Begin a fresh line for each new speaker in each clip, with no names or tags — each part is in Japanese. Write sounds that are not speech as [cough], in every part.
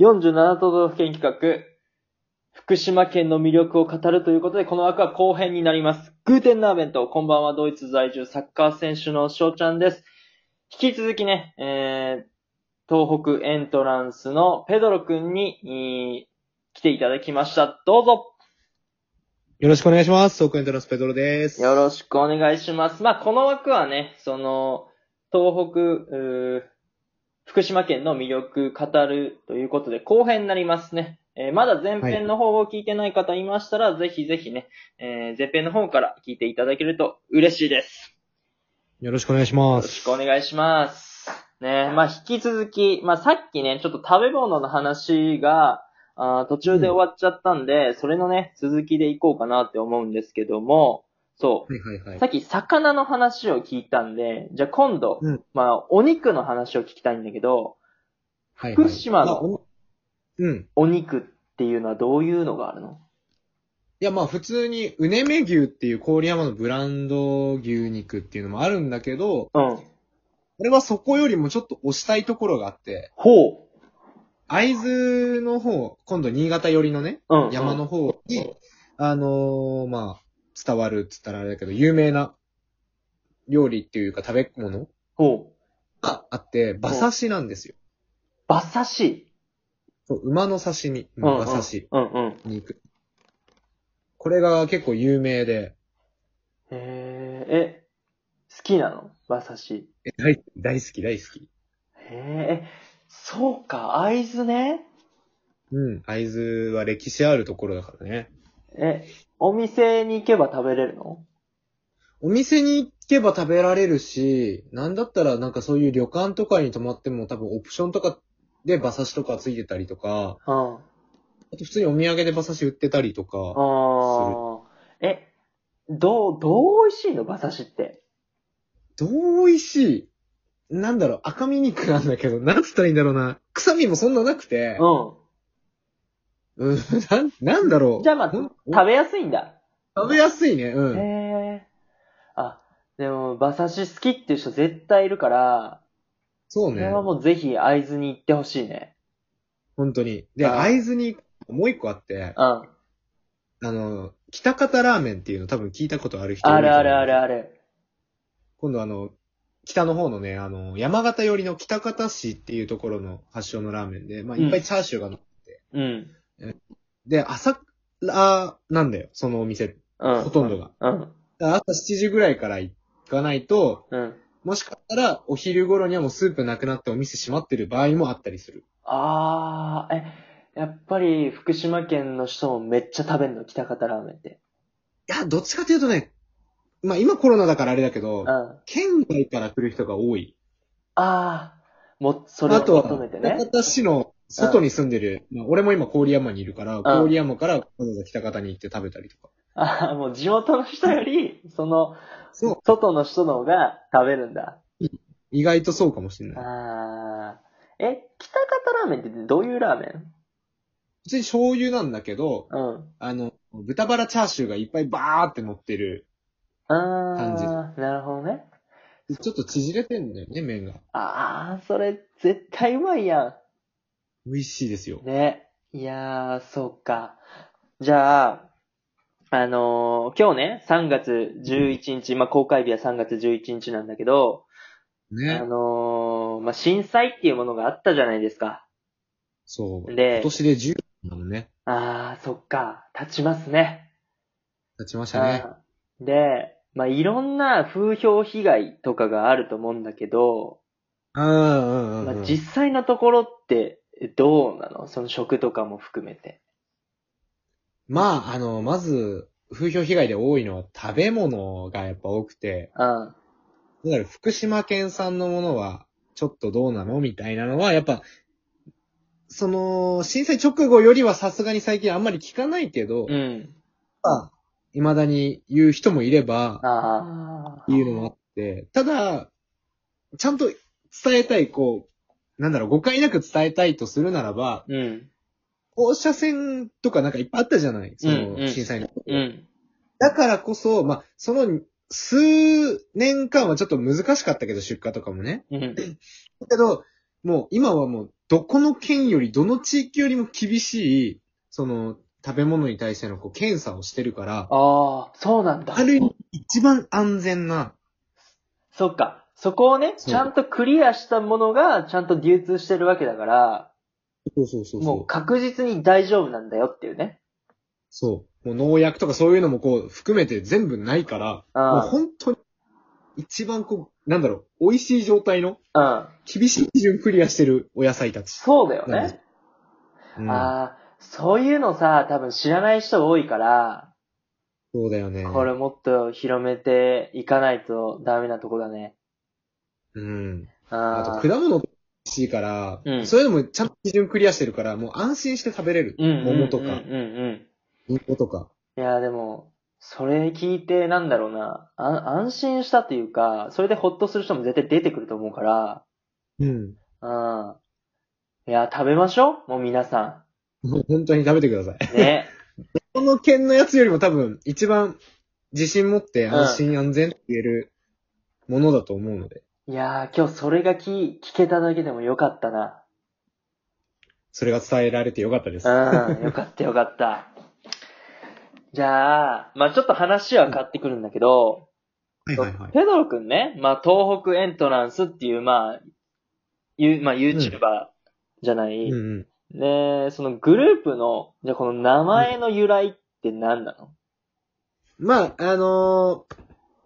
47都道府県企画、福島県の魅力を語るということで、この枠は後編になります。グーテンナーベント、こんばんは、ドイツ在住サッカー選手の翔ちゃんです。引き続きね、えー、東北エントランスのペドロくんに、えー来ていただきました。どうぞ
よろしくお願いします。トークエントランスペドロです。
よろしくお願いします。まあ、この枠はね、その、東北、うー福島県の魅力語るということで、後編になりますね。えーまだ前編の方を聞いてない方いましたら、ぜひぜひね、えー前編の方から聞いていただけると嬉しいです。
よろしくお願いしま
よろ
す。
しくお願いします。ね、まあ、引き続き、まあ、さっきね、ちょっと食べ物の話が、あー途中で終わっちゃったんで、それのね、続きでいこうかなって思うんですけども、そう。
はいはいは
さ
い。
っき魚の話を聞いたんで、じゃあ今度、
うん
まあお肉の話を聞きたいんだけど、
はいはい
福島の
まあおうん。
お肉っていうのはどういうのがあるの
いやまあ普通に、うねめ牛っていう郡山のブランド牛肉っていうのもあるんだけど、
うん。
俺はそこよりもちょっと押したいところがあって、
ほ
会津の方、今度新潟寄りのね、
う。うん。
山の方に、あのーまあ、伝わるって言ったらあれだけど、有名な料理っていうか食べ物
ほう。
があって、馬刺しなんですよ。
馬刺し。
そう馬の刺身、うん
うんうん
馬刺し。
うんうん。
肉。これが結構有名で、
へえ、え、好きなの馬刺し。
え大大好き、大好き。
へえ、そうか、合図ね。
うん。会津は歴史あるところだからね。
え、お店に行けば食べれるの
お店に行けば食べられるし、なんだったらなんかそういう旅館とかに泊まっても多分オプションとかで馬刺しとかついてたりとか、
うん。
あと普通にお土産で馬刺し売ってたりとか、
ああ。え、どう、どう美味しいの馬刺しって。
どう美味しいなんだろう、赤身肉なんだけど、なんつったらいいんだろうな。臭みもそんななくて、
うん。
うん、 [laughs] なん、なんだろう。
じゃあまあ、
ほん
食べやすいんだ。
食べやすいね、うん。
へえ。あ、でも、馬刺し好きっていう人絶対いるから、
そう
こ
ね。
れはもうぜひ会津に行ってほしいね。
本当に。で、
あー
会津に、もう一個あって、あ
うん。
の、北方ラーメンっていうの多分聞いたことある人多い
あ
と思
る
う
あるあるある。
今度あの、北の方のね、あの、山形寄りの北方市っていうところの発祥のラーメンで、まあ、
うん
いっぱいチャーシューがの、
うん。
で、朝、あなんだよ、そのお店、
うん。
ほとんどが。
うん。
だから朝7時ぐらいから行かないと、
うん。
もしかしたらお昼頃にはもうスープなくなってお店閉まってる場合もあったりする。
ああ、え、やっぱり福島県の人もめっちゃ食べんの、北方ラーメンって。
いや、どっちかというとね、まあ、今コロナだからあれだけど
うん。、あ
県外から来る人が多い。
あー、も、それを
あとは、
求めて
北
ね。
方市の外に住んでる、まあ俺も今郡山にいるから、郡山からわざわざ北方に行って食べたりとか。
ああ、もう地元の人より、その、
そう、
外の人の方が食べるんだ。
意外とそうかもしれない。
あー。え、北方ラーメンってどういうラーメン
普通に醤油なんだけど、
うん。
あの、豚バラチャーシューがいっぱいバーって乗ってる。
あー、なるほどね。
ちょっと縮れてんだよね、麺が。
あー、それ絶対うまいや
美味しいですよ
ん。。ね。いやー、そうか。じゃあ、あのー今日ね、3月11日、まあ、公開日は3月11日なんだけど、あ
ね。
のーまあ、震災っていうものがあったじゃないですか。
そう。
で
今年で10年だもんね。
あー、そっか。経ちますね。
経ちましたね。
うんで、まあ、いろんな風評被害とかがあると思うんだけど、
うんうんうん
まあ
うん。、
実際のところってどうなのその食とかも含めて。
まあ、あの、まず、風評被害で多いのは食べ物がやっぱ多くて、
うん。
だから福島県産のものは、ちょっとどうなのみたいなのは、やっぱ、その、震災直後よりはさすがに最近あんまり聞かないけど、
うん。
まあ未だに言う人もいれば、
ああ。
言うのもあって、ただ、ちゃんと伝えたい、こう、なんだろう、誤解なく伝えたいとするならば、
うん。
放射線とかなんかいっぱいあったじゃないそ
うんうん
の、震災の。
うん。
だからこそ、まあ、その、数年間はちょっと難しかったけど、出荷とかもね。
うん。
だけど、もう今はもうどこの県より、どの地域よりも厳しい、その、食べ物に対してのこう検査をしてるから、
ああ、そうなんだ
あ。る意味一番安全な、
そっか。そこをね、
そう
ちゃんとクリアしたものが、ちゃんと流通してるわけだから、
そうそうそう
もう確実に大丈夫なんだよっていうね。
そう。もう農薬とかそういうのもこう、含めて全部ないから、
うん。
もう
うん。
本当に、一番こう、なんだろう、美味しい状態の、厳しい基準クリアしてるお野菜たち。
そうだよ
なん
ね。
うん、
ああ、そういうのさ、多分知らない人多いから、
そうだよね。
これもっと広めていかないとダメなとこだね。
うん。あ
あ
と、
あ。
果物美味しいから、
うん
そういうのもちゃんと基準クリアしてるから、もう安心して食べれる。
うんうんうんうん
桃と
うん
か、
うん。
リンゴとか。
いや、でも、それ聞いて、なんだろうな、あ安心したというか、それでほっとする人も絶対出てくると思うから、
うん。
うん。いや、食べましょうもう皆さ
もう本当に食べてください。
ん。ね。
[laughs] この県のやつよりも多分、一番自信持って安心安全って言えるものだと思うので、
いやー、今日それがき聞けただけでもよかったな。
それが伝えられてよかったです。 [laughs]
うん、よかったよかった。じゃあ、まあちょっと話は変わってくるんだけど、
はいはいはい。
ペドロくんね、まあ東北エントランスっていう、まあ、ゆまあ YouTuber じゃない、
うんうん。
で、そのグループの、じゃあこの名前の由来って何なの、
まあ、あのー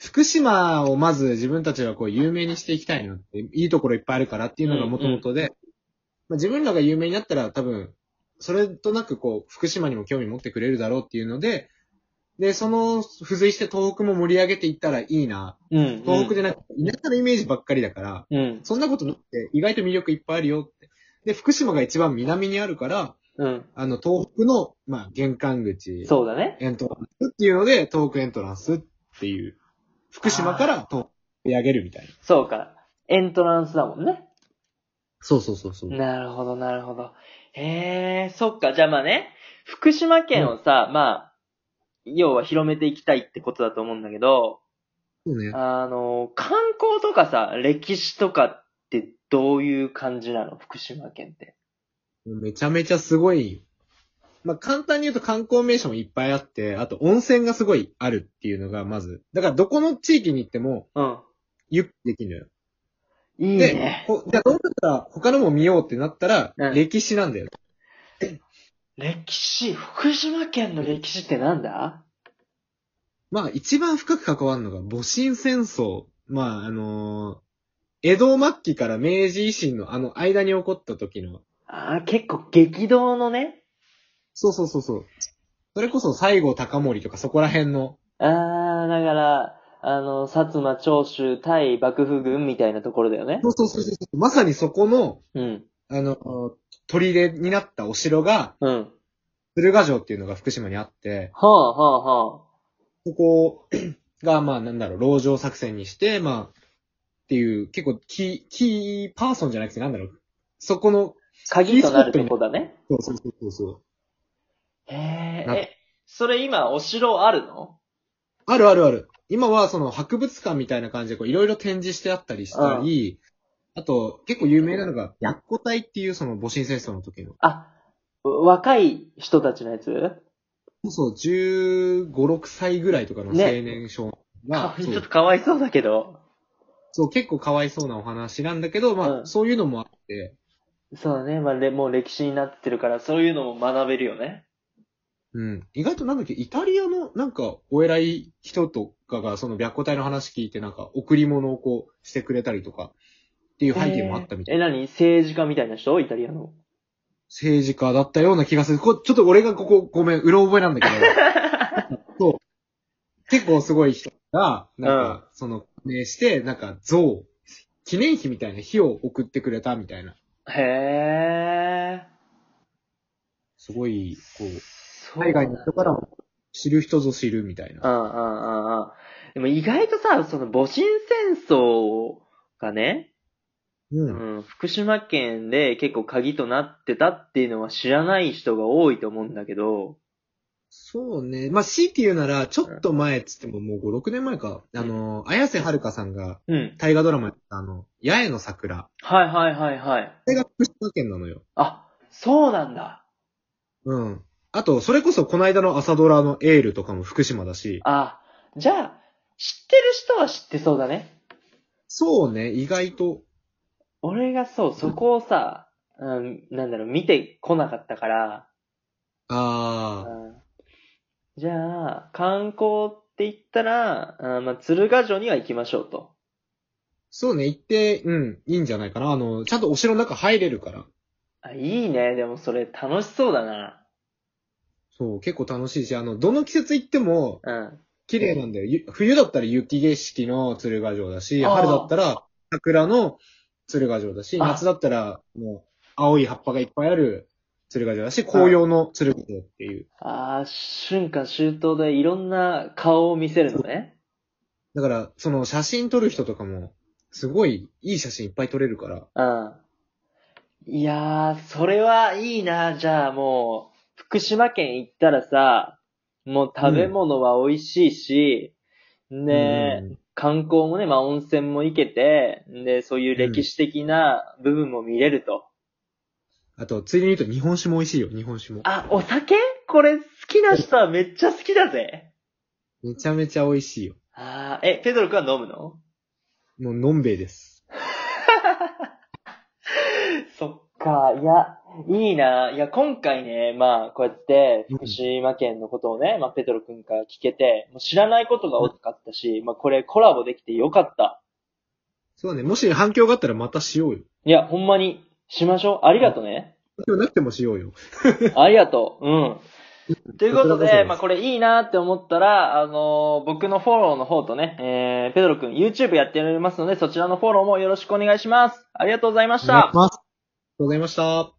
福島をまず自分たちがこう有名にしていきたいなって、いいところいっぱいあるからっていうのがもともとで、まあ、自分らが有名になったら多分、それとなくこう、福島にも興味持ってくれるだろうっていうので、で、その、付随して東北も盛り上げていったらいいな。
うん、
東北でなんか、田舎のイメージばっかりだから、
うん。
そんなことなくて、意外と魅力いっぱいあるよって。で、福島が一番南にあるから、
うん。
あの、東北の、まあ、玄関口。
そうだね。
エントランスっていうので、東北エントランスっていう、福島から東北上げるみたいな。
そうか。エントランスだもんね。
そうそうそうそう。
なるほど、なるほど。へえ、そっか。じゃあまあね、福島県をさ、まあ、要は広めていきたいってことだと思うんだけど、
そうね。
あの、観光とかさ、歴史とかってどういう感じなの福島県って。
めちゃめちゃすごい。まあ、簡単に言うと観光名所もいっぱいあって、あと温泉がすごいあるっていうのがまず。だからどこの地域に行っても、
うん。
ゆっくりできるのよ。
いい
で
ね、。
こじゃあどうなったら他のも見ようってなったら、
うん
歴史なんだよ。
歴史、福島県の歴史ってなんだ
まあ、一番深く関わるのが戊辰戦争。まあ、あのー江戸末期から明治維新のあの間に起こった時の
ああ、結構激動のね。
そうそうそうそう。それこそ西郷隆盛とかそこら辺の。
ああ、だから、あの、薩摩長州対幕府軍みたいなところだよね。
そうそうそうそう。まさにそこの、
うん。
あの、砦になったお城が、
うん。
鶴ヶ城っていうのが福島にあって、
はあ、はあ、はあ。
ここが、まあなんだろう、籠城作戦にして、まあ、っていう、結構キー、キーパーソンじゃなくてなんだろう。そこの、
鍵となるとこだね。
そうそうそうそうそう。
へ
な
え、え、それ今お城あるの
あるあるある。今はその博物館みたいな感じでこういろいろ展示してあったりしたり、あと結構有名なのが、薬庫隊っていうその戊辰戦争の時の。
あ、若い人たちのやつ
そう、15、6歳ぐらいとかの青
ね
年少年
か
が、
ち
そ
ょっ
う
とかわいそうだけど。
そう、結構かわいそうなお話なんだけど、まあ、
うん
そういうのもあって、
そうだね。まあ、れもう歴史になってるから、そういうのも学べるよね。
うん。意外となんだっけ、イタリアのなんかお偉い人とかが、その白虎隊の話聞いて、なんか贈り物をこうしてくれたりとか、っていう背景もあったみたい。
えー、え何政治家みたいな人イタリアの。
政治家だったような気がする。こちょっと俺がここ、ごめん、うろ覚えなんだけど。
[laughs]
そう。結構すごい人が、なんか、その、ね、して、なんか、像、記念碑みたいな碑を送ってくれたみたいな。
へえ。
すごい、こう、
そう
海外の人からも、知る人ぞ知るみたいうな。
んうんうんうん。でも意外とさ、その戊辰戦争がね、
う。
うんん、福島県で結構鍵となってたっていうのは知らない人が多いと思うんだけど、
そうね。まあ、強いて言うなら、ちょっと前っつってももう5、6年前か。あの、綾瀬はるかさんが
うん。
大河ドラマやったあの、八重の桜。
はいはいはいはい。
これが福島県なのよ。
あ、そうなんだ。
うん。あと、それこそこの間の朝ドラのエールとかも福島だし。
あ、じゃあ、知ってる人は知ってそうだね。
そうね、意外と。
俺がそう、そこをさ、うん、なんだろう、見てこなかったから、
あー。
じゃあ、観光って言ったら、あまあ、鶴ヶ城には行きましょうと。
そうね、行って、うん、いいんじゃないかな。あの、ちゃんとお城の中入れるから。
あ、いいね。でもそれ楽しそうだな。
そう、結構楽しいし、あの、どの季節行っても
うん。
綺麗なんだよ。ゆ冬だったら雪景色の鶴ヶ城だし、
あー
春だったら桜の鶴ヶ城だし、
あ
夏だったらもう青い葉っぱがいっぱいある鶴ヶ城だし、紅葉の鶴ヶ城っていう。
ああ、瞬間周到でいろんな顔を見せるのね。
だから、その写真撮る人とかも、すごいいい写真いっぱい撮れるから。
うん。いやー、それはいいな。じゃあもう、福島県行ったらさ、もう食べ物は美味しいし、ねえ、
うん
観光もね、まあ温泉も行けて、で、そういう歴史的な部分も見れると。
あと、ついでに言うと日本酒も美味しいよ、日本酒も。
あ、お酒これ好きな人はめっちゃ好きだぜ。
めちゃめちゃ美味しいよ。
あーえ、ペドロ君は飲むの
もう、のんべいです。
そっか、いや、いいな。いや、今回ね、まあ、こうやって、福島県のことをね、まあ、ペドロ君から聞けて、もう知らないことが多かったし、まあ、これコラボできてよかった。
そうね、もし反響があったらまたしようよ。
いや、ほんまに、しましょう。ありがとね。
反響なくてもしようよ。
ありがとう。うん。ということ
こちらこそで
で、
す
まあ、これいいなって思ったら、あのー僕のフォローの方とね、えー、ペドロ君 YouTube やっておりますので、そちらのフォローもよろしくお願いします。ありがとうございました。
お願いします。ありがとうございました。